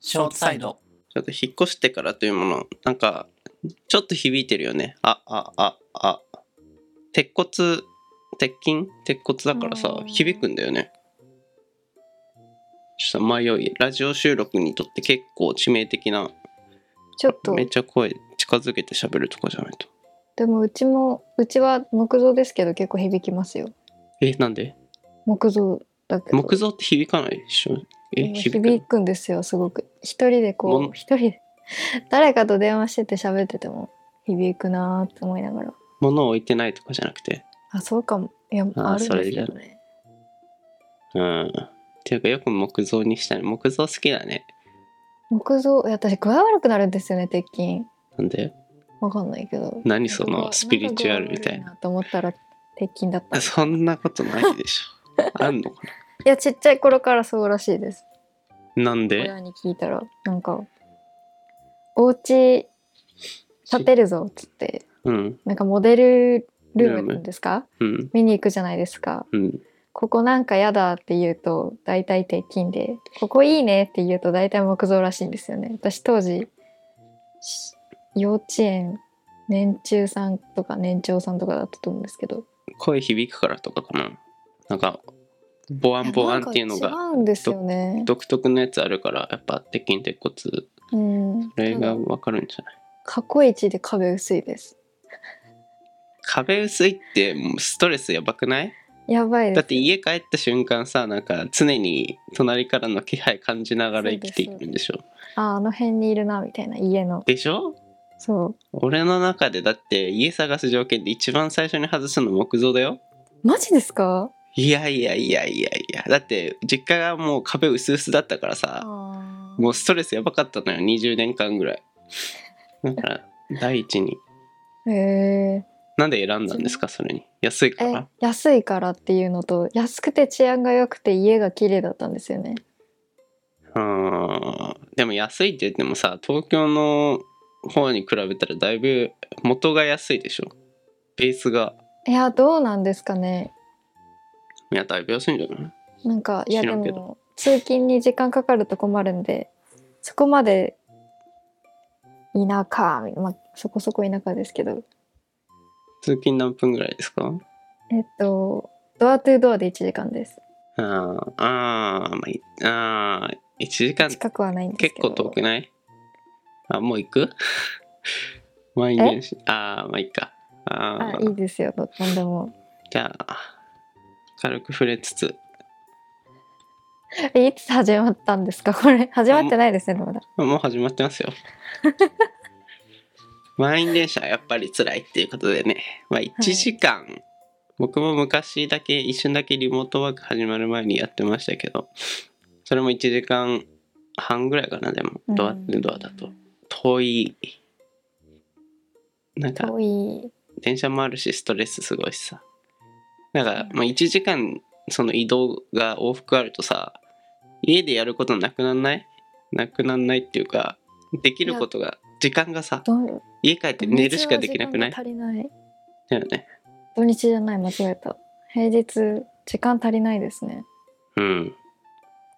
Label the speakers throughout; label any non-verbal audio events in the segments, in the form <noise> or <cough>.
Speaker 1: ショートサイド。
Speaker 2: ちょっと引っ越してからというもの、なんか、ちょっと響いてるよね。あ、あ、あ、あ。鉄骨、鉄筋鉄骨だからさ
Speaker 1: う、ん
Speaker 2: 響くんだよね。ちょっと迷い、ラジオ収録にとって結構致命的な、
Speaker 3: ちょっと
Speaker 2: めっちゃ声近づけて喋るとかじゃないと。
Speaker 3: でもうちもうちは木造ですけど結構響きますよ
Speaker 2: え、なんで
Speaker 3: 木造だけど
Speaker 2: 木造って響かないでしょえ、
Speaker 3: でも
Speaker 2: 響
Speaker 3: 響
Speaker 2: く。
Speaker 3: くんですよすごく一人で
Speaker 2: も
Speaker 3: こ
Speaker 2: ん
Speaker 3: う一人で <laughs> 誰かと電話してて喋ってても響くなーって思いながら
Speaker 2: 物を置いてないとかじゃなくて。
Speaker 3: あそうかもいや
Speaker 2: あ
Speaker 3: あるん
Speaker 2: それ
Speaker 3: で
Speaker 2: じゃ
Speaker 3: すよね
Speaker 2: うん。っていうか、よく木造にしたね。木造好きだね。
Speaker 3: 木造いや私具合悪くなるんですよね鉄筋
Speaker 2: なんで
Speaker 3: わかんないけど
Speaker 2: 何そのスピリチュアルみたいな
Speaker 3: なんか具合悪なと思ったら鉄筋だったい
Speaker 2: そんなことないでし
Speaker 3: <laughs>
Speaker 2: ょ。あんのか
Speaker 3: やちっちゃい頃からそうらしいです
Speaker 2: ななんで
Speaker 3: 親に聞いたらなんかお家建てるぞっつって
Speaker 2: うん。
Speaker 3: なんかモデルルームなんですか
Speaker 2: うん。
Speaker 3: 見に行くじゃないですか
Speaker 2: うん。
Speaker 3: ここなんかやだって言うと大体鉄筋でここいいねって言うと大体木造らしいんですよね私当時し幼稚園年中さんとか年長さんとかだったと思うんですけど
Speaker 2: 声響くからとかかな。なんか、ボワンボワンっていうのが
Speaker 3: なんか違うんですよね
Speaker 2: 独特のやつあるから、やっぱ鉄筋鉄骨、そ
Speaker 3: うん
Speaker 2: れ
Speaker 3: た
Speaker 2: が
Speaker 3: だ
Speaker 2: わかるんじゃない
Speaker 3: 過去一で壁薄いです
Speaker 2: 壁薄いってもうストレスやばくない
Speaker 3: やばいです
Speaker 2: だって家帰った瞬間さ、なんか常に隣からの気配感じながら生きているんでしょ。
Speaker 3: ああの辺にいるなみたいな家の
Speaker 2: でしょ
Speaker 3: そ
Speaker 2: 俺の中でだって家探す条件で一番最初に外すの木造だよ。
Speaker 3: うマジですか
Speaker 2: いやいやいやいやいやだって実家がもう壁薄々だったからさ
Speaker 3: あ
Speaker 2: もうストレスやばかったのよ20年間ぐらいだから第一に
Speaker 3: へえ
Speaker 2: なんで選んだんですかそれに安いか
Speaker 3: え
Speaker 2: ら
Speaker 3: 安いからっていうのと安くて治安が良くて家が綺麗だったんですよね
Speaker 2: うーんでも安いって言ってもさ東京の方に比べたらだいぶ元が安いでしょベースが
Speaker 3: いやどうなんですかね
Speaker 2: いやだいぶ安いんじゃない
Speaker 3: なんかいや
Speaker 2: 知
Speaker 3: で
Speaker 2: らんけど
Speaker 3: も通勤に時間かかると困るんでそこまで田舎、まあ、そこそこ田舎ですけど
Speaker 2: 通勤何分ぐらいですか
Speaker 3: えっとドアトゥードアで1時間です
Speaker 2: あーあーまあいあー1時間
Speaker 3: 近くはないんです
Speaker 2: 結
Speaker 3: けど
Speaker 2: 構遠くないあもう行く <laughs> 満員電車ああまあいいかあ
Speaker 3: あ
Speaker 2: あ
Speaker 3: いいですよとなんでも
Speaker 2: じゃあ軽く触れつつ
Speaker 3: えいつ始まったんですかこれ始まってないですねまだ
Speaker 2: もう始まってます
Speaker 3: <laughs>
Speaker 2: よ満員電車はやっぱり辛いっていうことでねまあ1時間、僕も昔だけ一瞬だけリモートワーク始まる前にやってましたけどそれも1時間半ぐらいかなでもドア
Speaker 3: うん
Speaker 2: ドアだと遠いなんか
Speaker 3: 遠い
Speaker 2: 電車もあるしストレスすごいしさだから、まあ、1時間その移動が往復あるとさ家でやることなくなんないなくなんないっていうかできることが時間がさ
Speaker 3: どん
Speaker 2: 家帰って寝るしかできなくない
Speaker 3: 土日は時間が足りない
Speaker 2: だよね
Speaker 3: 土日じゃない間違えた平日時間足りないですね
Speaker 2: うん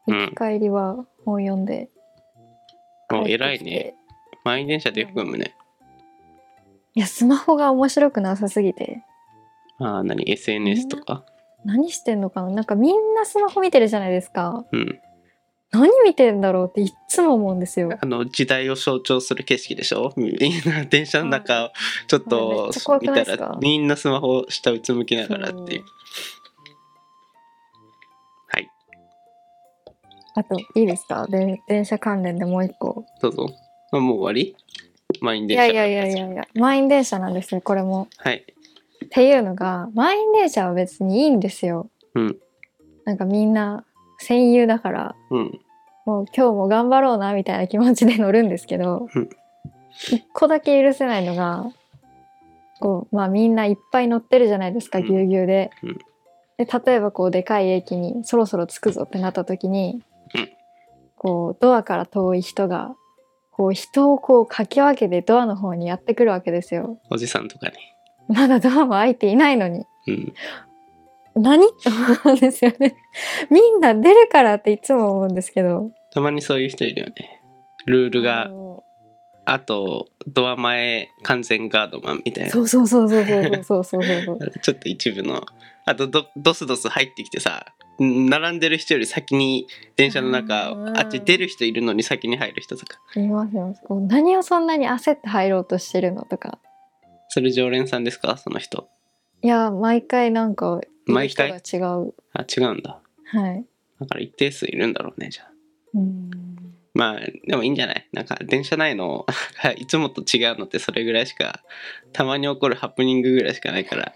Speaker 2: うん
Speaker 3: 行き帰りは本読んで、
Speaker 2: もう
Speaker 3: 帰ってきて
Speaker 2: 偉いね満員電車で含むね
Speaker 3: いやスマホが面白くなさすぎて
Speaker 2: ああ何 SNS とか
Speaker 3: 何してんのかななんかみんなスマホ見てるじゃないですか
Speaker 2: うん
Speaker 3: 何見てんだろうっていっつも思うんですよ
Speaker 2: あの時代を象徴する景色でしょみんな電車の中をちょっ
Speaker 3: はいめ
Speaker 2: と
Speaker 3: っちゃ怖く
Speaker 2: 見
Speaker 3: な
Speaker 2: た
Speaker 3: いですから
Speaker 2: みんなスマホを下うつむきながらっていう
Speaker 3: そう
Speaker 2: はい
Speaker 3: あといいですかで電車関連でもう一個
Speaker 2: どうぞ。あもう終わり満員
Speaker 3: い
Speaker 2: 電車
Speaker 3: や
Speaker 2: の
Speaker 3: いやいやいやいや満員電車なんですよこれも
Speaker 2: はい。
Speaker 3: っていうのが満員電車は別にいいんですよ、
Speaker 2: うん
Speaker 3: なんかみんな戦友だから
Speaker 2: うん。
Speaker 3: もう今日も頑張ろうなみたいな気持ちで乗るんですけど、
Speaker 2: うん
Speaker 3: 一個だけ許せないのがこう、まあ、みんないっぱい乗ってるじゃないですか
Speaker 2: うん
Speaker 3: ぎゅうぎゅうで,、
Speaker 2: うん
Speaker 3: で例えばこうでかい駅にそろそろ着くぞってなった時に、
Speaker 2: うん
Speaker 3: こうドアから遠い人がこう人をこうかき分けてドアの方にやってくるわけですよ
Speaker 2: おじさんとかね。
Speaker 3: まだドアも開いていないのに
Speaker 2: うん。
Speaker 3: 何 <laughs> って思うんですよねみんな出るからっていつも思うんですけど
Speaker 2: たまにそういう人いるよね。ルールが
Speaker 3: そ
Speaker 2: あとドア前完全ガードマンみたいな
Speaker 3: うそうそうそうそうそうそうそう
Speaker 2: <laughs>
Speaker 3: そう
Speaker 2: ちょっと一部のあとどドスドス入ってきてさん並んでる人より先に電車の中
Speaker 3: うん
Speaker 2: あっち出る人いるのに先に入る人とか
Speaker 3: いますいますこう何をそんなに焦って入ろうとしてるのとか
Speaker 2: それ常連さんですかその人
Speaker 3: いや毎回なんか
Speaker 2: 毎回
Speaker 3: いる人が違う
Speaker 2: あ違うんだ
Speaker 3: はい
Speaker 2: だから一定数いるんだろうねじゃあ
Speaker 3: うん
Speaker 2: まあでもいいんじゃないなんか電車内の <laughs> いつもと違うのってそれぐらいしかたまに起こるハプニングぐらいしかないから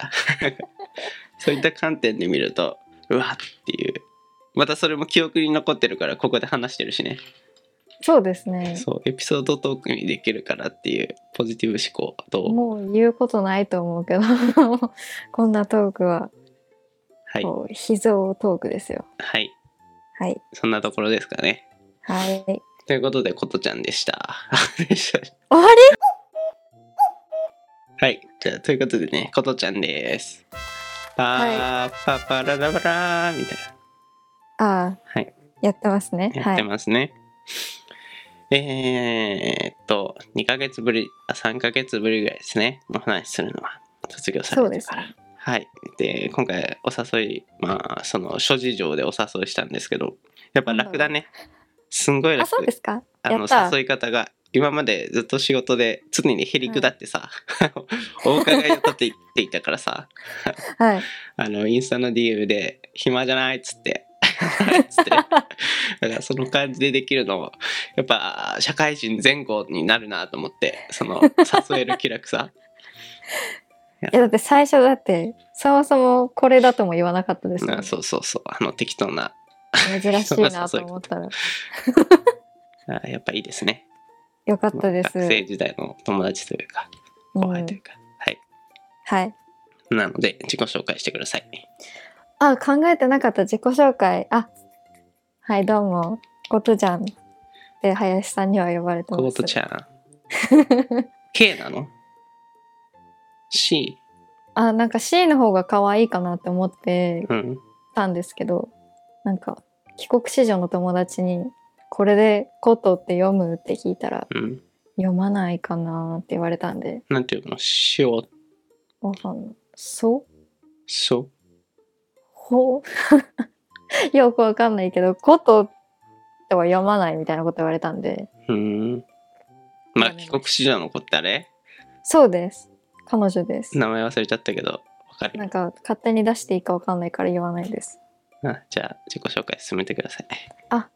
Speaker 2: <laughs> そういった観点で見るとうわっていうまたそれも記憶に残ってるからここで話してるしね
Speaker 3: そうですね
Speaker 2: そうエピソードトークにできるからっていうポジティブ思考と
Speaker 3: もう言うことないと思うけど <laughs> こんなトークは
Speaker 2: はい
Speaker 3: こう秘蔵トークですよ
Speaker 2: はい
Speaker 3: はい
Speaker 2: そんなところですかね
Speaker 3: はい終
Speaker 2: ということでことちゃんでした <laughs>
Speaker 3: わ
Speaker 2: はいじゃあということでねことちゃんですパー、パパララパラーみたいな
Speaker 3: りああ、
Speaker 2: はい
Speaker 3: やってますね
Speaker 2: やっ
Speaker 3: は
Speaker 2: て
Speaker 3: い
Speaker 2: ますね。えーっと、2ヶ月ぶり、あ、3ヶ月ぶりぐらいですね。お話しするのは。卒業さ
Speaker 3: そう
Speaker 2: れ
Speaker 3: で
Speaker 2: て
Speaker 3: す
Speaker 2: から。
Speaker 3: ね
Speaker 2: はい。で、今回お誘い、まあ、その諸事情でお誘いしたんですけど、やっぱ楽だね。すんごい
Speaker 3: あ
Speaker 2: 楽。
Speaker 3: そうですか
Speaker 2: あ
Speaker 3: や
Speaker 2: の
Speaker 3: った
Speaker 2: 誘い方が今までずっと仕事で常にへりくだってさ、 <laughs> お伺いを立てていたからさ
Speaker 3: はい
Speaker 2: あのインスタの DM で「暇じゃない」っつ
Speaker 3: <laughs>
Speaker 2: って。つってだからその感じでできるのをやっぱ社会人前後になるなと思ってその誘える気楽
Speaker 3: <laughs>
Speaker 2: さ
Speaker 3: いやだって最初だってそもそもこれだとも言わなかったですもん
Speaker 2: なそうそうそうあの適当な
Speaker 3: 珍しいなと思
Speaker 2: <laughs>
Speaker 3: ったら
Speaker 2: あやっぱいいですね
Speaker 3: よかったです、
Speaker 2: 学生時代の友達というか
Speaker 3: うん
Speaker 2: 後輩というか、はい
Speaker 3: はい
Speaker 2: なので自己紹介してください
Speaker 3: あ考えてなかった自己紹介あはいどうもことちゃんで林さんには呼ばれて
Speaker 2: コ
Speaker 3: ま
Speaker 2: ー
Speaker 3: す
Speaker 2: トちゃん
Speaker 3: <laughs>
Speaker 2: K なの ?C?
Speaker 3: あなんか C の方が可愛いかなって思って
Speaker 2: うん
Speaker 3: たんですけどなんか帰国子女の友達に「これで「こと」って読むって聞いたら
Speaker 2: うん
Speaker 3: 「読まないかな」って言われたんで
Speaker 2: なんていうのしお
Speaker 3: わかんないそう
Speaker 2: そ
Speaker 3: ほう <laughs> よくわかんないけど「こと」っては読まないみたいなこと言われたんで
Speaker 2: うんまあ帰国子女の子ってあれ
Speaker 3: そうです彼女です
Speaker 2: 名前忘れちゃったけどわかる
Speaker 3: なんか勝手に出していいかわかんないから言わないです
Speaker 2: あじゃあ自己紹介進めてください
Speaker 3: は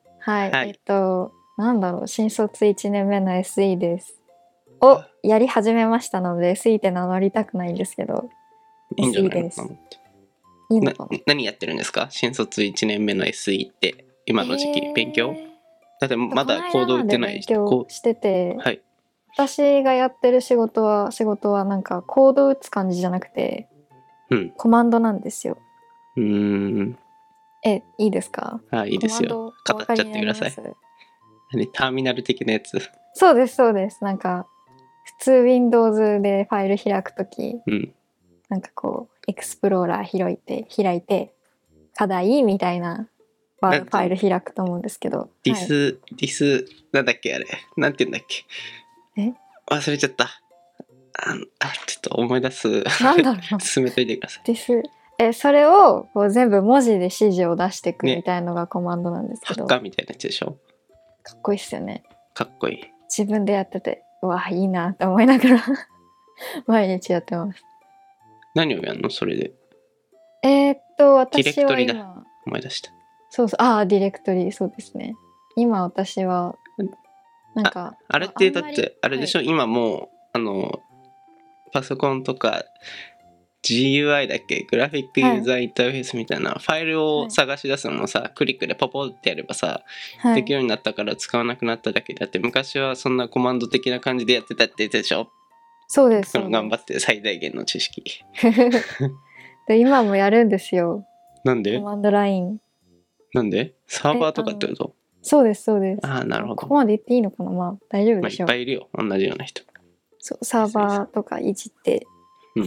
Speaker 3: い、
Speaker 2: はい
Speaker 3: えっとなんだろう新卒1年目の SE ですをやり始めましたので SE って名乗りたくないんですけど
Speaker 2: いいんじゃない
Speaker 3: いいです
Speaker 2: の
Speaker 3: いい
Speaker 2: な
Speaker 3: のかな
Speaker 2: 何やってるんですか新卒1年目の SE って今の時期、
Speaker 3: えー
Speaker 2: 勉強だってまだ
Speaker 3: こ
Speaker 2: 行
Speaker 3: の
Speaker 2: 動
Speaker 3: 間
Speaker 2: 打
Speaker 3: まで
Speaker 2: てない
Speaker 3: 勉強
Speaker 2: こ
Speaker 3: してて、
Speaker 2: うはい
Speaker 3: 私がやってる仕事は仕事はなんかコード打つ感じじゃなくて
Speaker 2: うん
Speaker 3: コマンドなんですよ
Speaker 2: うーん
Speaker 3: えいいですか
Speaker 2: あいいですよ
Speaker 3: コマンド
Speaker 2: 語っちゃってください
Speaker 3: お分かりになります
Speaker 2: 何ターミナル的なやつ
Speaker 3: そうですそうですなんか普通 Windows でファイル開くとき
Speaker 2: うん
Speaker 3: なんかこうエクスプローラー開いて開いて課題みたいなワードファイル開くと思うんですけど
Speaker 2: ディ
Speaker 3: はい
Speaker 2: ス、ディス、なんだっけあれ、なんて言うんだっけ。
Speaker 3: え
Speaker 2: 忘れちゃった。あのあ、ちょっと思い出す。
Speaker 3: なんだろ
Speaker 2: <laughs>
Speaker 3: う
Speaker 2: 進めといてくださ
Speaker 3: ディスえそれをこう全部文字で指示を出していくみたいのがコマンドなんです
Speaker 2: い。ハ
Speaker 3: けど、
Speaker 2: ッカーみたいなやつでしょ
Speaker 3: かっこいいっすよね
Speaker 2: かっこいい。
Speaker 3: 自分でやっててうわいいなって思いながら <laughs> 毎日やってます
Speaker 2: 何をやるのそれで
Speaker 3: えーっ
Speaker 2: デ
Speaker 3: と
Speaker 2: ィ
Speaker 3: 私
Speaker 2: レクト
Speaker 3: は
Speaker 2: リだ
Speaker 3: 今
Speaker 2: 思い出した。
Speaker 3: そうそうああディレクトリそうですね今私は
Speaker 2: うん
Speaker 3: なんか
Speaker 2: あれって
Speaker 3: あ
Speaker 2: だ
Speaker 3: んま
Speaker 2: っ
Speaker 3: り
Speaker 2: て、あれでしょ、今もう、あの、パソコンとか GUI だっけグラフィックユーザーインターフェースみたいな、ファイルを探し出すのもさ、クリックでポポってやればさ、
Speaker 3: は
Speaker 2: できる
Speaker 3: い、
Speaker 2: ようになったから使わなくなっただけであって昔はそんなコマンド的な感じでやってたって言ってたでしょ
Speaker 3: そうです
Speaker 2: そ
Speaker 3: そう
Speaker 2: の
Speaker 3: です
Speaker 2: 頑張って最大限の知識
Speaker 3: で今もやるんですよ
Speaker 2: なん
Speaker 3: コ
Speaker 2: で
Speaker 3: マンドライン
Speaker 2: なんでサーバーとかってこと
Speaker 3: そうですそうです
Speaker 2: ああーなるほど、
Speaker 3: ここ
Speaker 2: ま
Speaker 3: まで言っていいのかなまあ大丈夫
Speaker 2: あ、
Speaker 3: で
Speaker 2: い
Speaker 3: しょ
Speaker 2: っ
Speaker 3: う,、
Speaker 2: ぱいいるよ同じような人
Speaker 3: そうサーバーとかいじって
Speaker 2: う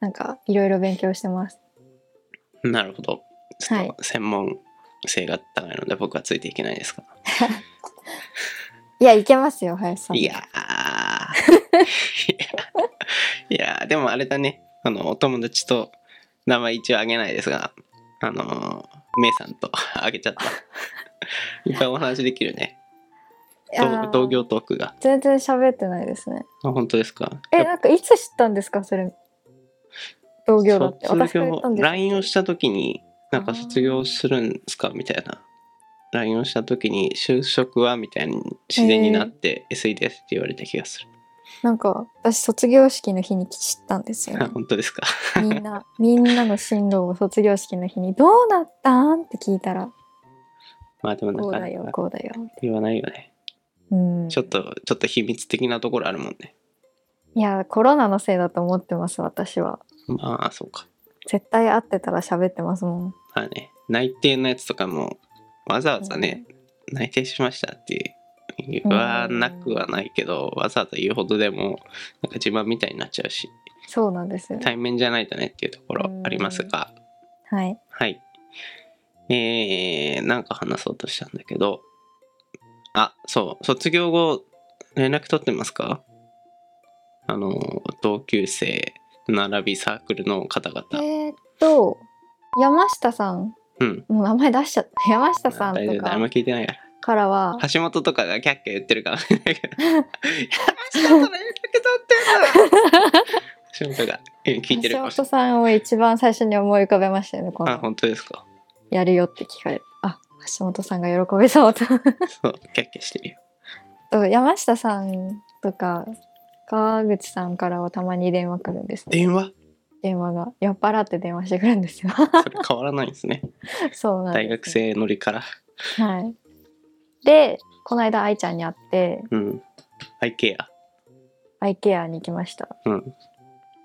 Speaker 3: なんかいろいろ勉強してます
Speaker 2: ん <laughs> なるほどち
Speaker 3: は
Speaker 2: ょ
Speaker 3: い
Speaker 2: っと専門性が高いので僕はついていけないですが、
Speaker 3: いや、いけますよ、林さん。
Speaker 2: いや
Speaker 3: <laughs>
Speaker 2: ーいやーでもあれだねあのお友達と名前一応あげないですがあのーめいさんと <laughs> あげちゃ
Speaker 3: <laughs>
Speaker 2: ったいっぱいお話できるね
Speaker 3: いやー
Speaker 2: 同同業トークが
Speaker 3: 全然喋ってないですね。
Speaker 2: あ本当ですか
Speaker 3: え、なんかいつ知ったんですか、それ。同業だって。私
Speaker 2: 卒
Speaker 3: が言ったん
Speaker 2: 業
Speaker 3: ですよ
Speaker 2: LINE をした時になんか卒業するんですかみたいな LINE をした時に就職はみたいに自然になって、SE ですって言われた気がする
Speaker 3: なんか、私卒業式の日に知ったんですよ、
Speaker 2: あ <laughs>
Speaker 3: ね。
Speaker 2: 本当ですか
Speaker 3: みんな、みんなの進路を卒業式の日に、どうなったんって聞いたら、
Speaker 2: まあでもな
Speaker 3: こう
Speaker 2: か
Speaker 3: だ
Speaker 2: な
Speaker 3: よ、
Speaker 2: か
Speaker 3: こうだよ。
Speaker 2: 言わないよね
Speaker 3: うん。
Speaker 2: ちょっとちょっと秘密的なところあるもんね
Speaker 3: いや、コロナのせいだと思ってます、私は。
Speaker 2: まあそうか
Speaker 3: 絶対会ってたら喋ってますもん。
Speaker 2: まあね内定のやつとかもわざわざね、内定しましたって言わなくはないけど、わざわざ言うほどでもなんか自慢みたいになっちゃうし
Speaker 3: そうなんですよ。
Speaker 2: 対面じゃないとねっていうところありますが、
Speaker 3: はい。
Speaker 2: はいえー、なんか話そうとしたんだけどあそう卒業後連絡取ってますかあの同級生並びサークルの方々、
Speaker 3: えーっと、山下さん、
Speaker 2: うん
Speaker 3: もう名前出しちゃった。 <laughs> 山下さん
Speaker 2: 大丈
Speaker 3: と
Speaker 2: 夫誰も
Speaker 3: か
Speaker 2: 聞いてないから
Speaker 3: からは、
Speaker 2: 橋本とかがキャッキャ言ってるかもしれないけど橋本連絡取ってる橋本がえ聞いてるかもし
Speaker 3: 橋
Speaker 2: れ
Speaker 3: 本さんを一番最初に思い浮かべましたよね、こ
Speaker 2: ないあ
Speaker 3: の
Speaker 2: 本当ですか
Speaker 3: やるよって聞かれあ、橋本さんが喜びそうと。
Speaker 2: そうキャッキャしてるよ
Speaker 3: と山下さんとか、川口さんからはたまに電話来るんですね。
Speaker 2: 電話
Speaker 3: 電話が。酔っ払って電話してくるんですよ。 <laughs>
Speaker 2: それ変わらないんですね
Speaker 3: そうなんです。
Speaker 2: 大学。生乗りから
Speaker 3: はい。で、この間愛ちゃんに会って、
Speaker 2: うんアイケア
Speaker 3: アイケアに行きました。
Speaker 2: うん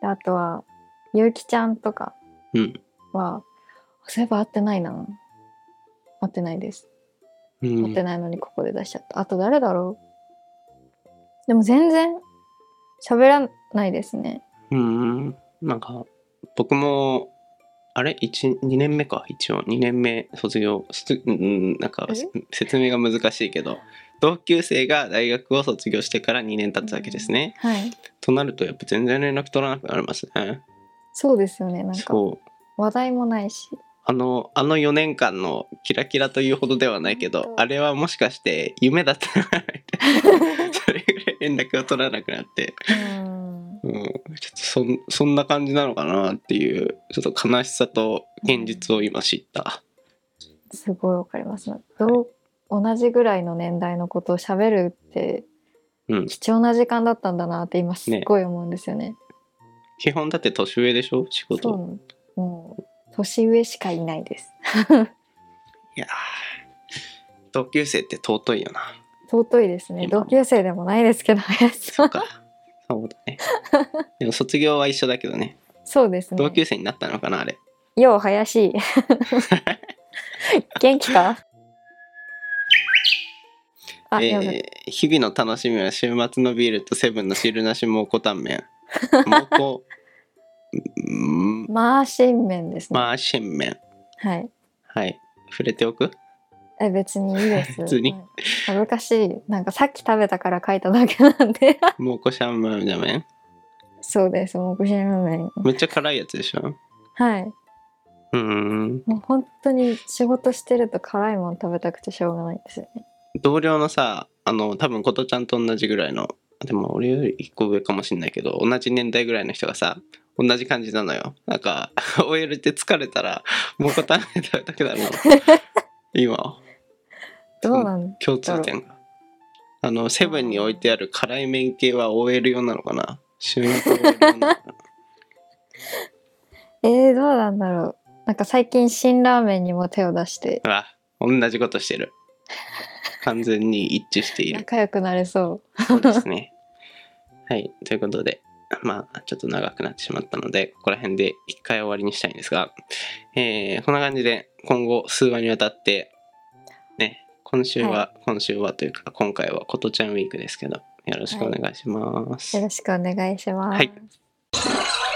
Speaker 3: であとはゆうきちゃんとか
Speaker 2: うん
Speaker 3: はそういえば会ってないな会ってないです
Speaker 2: う
Speaker 3: 会っ
Speaker 2: ん
Speaker 3: てないのにここで出しちゃった、あと誰だろうでも全然喋らないですね
Speaker 2: うんなんか僕もあれ1 2年目か一応2年目卒業卒うんなんか
Speaker 3: え
Speaker 2: 説明が難しいけど同級生が大学を卒業してから2年経つわけですね、
Speaker 3: はい
Speaker 2: となるとやっぱ全然連絡取らなくなりますね。
Speaker 3: そうですよねなんか
Speaker 2: そう
Speaker 3: 話題もないし
Speaker 2: あのあの4年間のキラキラというほどではないけど
Speaker 3: 本当
Speaker 2: あれはもしかして夢だったなみたいな <laughs> それぐらい連絡を取らなくなって、
Speaker 3: うん
Speaker 2: うん、ちょっとそんそんな感じなのかなっていうちょっと悲しさと現実を今知った。
Speaker 3: すごいわかりますどう同じぐらいの年代のことを喋るって
Speaker 2: うん、
Speaker 3: 貴重な時間だったんだなって今すっごい思うんですよね
Speaker 2: 基本だって年上でしょ仕
Speaker 3: そ
Speaker 2: 事
Speaker 3: うもう年上しかいないです
Speaker 2: いやー同級生って尊いよな
Speaker 3: 尊いですね
Speaker 2: 今
Speaker 3: 同級生でもないです <laughs> けど林さ
Speaker 2: そうんかそうだねでも卒業は一緒だけどね
Speaker 3: そうですね
Speaker 2: 同級生になったのかなあれ
Speaker 3: よう
Speaker 2: <laughs>
Speaker 3: 林元気かあ、やばい
Speaker 2: えー日々の楽しみは週末のビールとセブンの汁なし蒙古タンメン蒙古
Speaker 3: <laughs>
Speaker 2: うん
Speaker 3: マーシン麺ですね、
Speaker 2: マーシェンメン
Speaker 3: はい
Speaker 2: はい触れておく
Speaker 3: え別にい
Speaker 2: <laughs>
Speaker 3: いです
Speaker 2: 別に
Speaker 3: はい恥ずかしいなんかさっき食べたから書いただけなんで <laughs>
Speaker 2: 蒙古シャンマンジャメン
Speaker 3: そうですもう無事の麺
Speaker 2: めっちゃ辛いやつでしょ
Speaker 3: はい
Speaker 2: うん
Speaker 3: もう本当に仕事してると辛いもん食べたくてしょうがないんですよね
Speaker 2: 同僚のさあの多分琴ちゃんと同じぐらいのでも俺より一個上かもしんないけど同じ年代ぐらいの人がさ同じ感じなのよなんか <laughs> OL って疲れたら蒙古タンメン食べたくなるの今
Speaker 3: どうなん
Speaker 2: 共通点があのセブンに置いてある辛い麺系は OL 用なのかな週末 OL 用なのかな
Speaker 3: えー、どうなんだろうなんか最近辛ラーメンにも手を出して
Speaker 2: うわ同じことしてる完全に一致している
Speaker 3: 仲良くなれそう
Speaker 2: そうですねはいということでまあちょっと長くなってしまったのでここら辺で一回終わりにしたいんですが、えーこんな感じで今後数話にわたってね今週は、
Speaker 3: は
Speaker 2: 今週はというか今回はことちゃんウィークですけどよろしくお願いします、
Speaker 3: よろしくお願いします。
Speaker 2: はい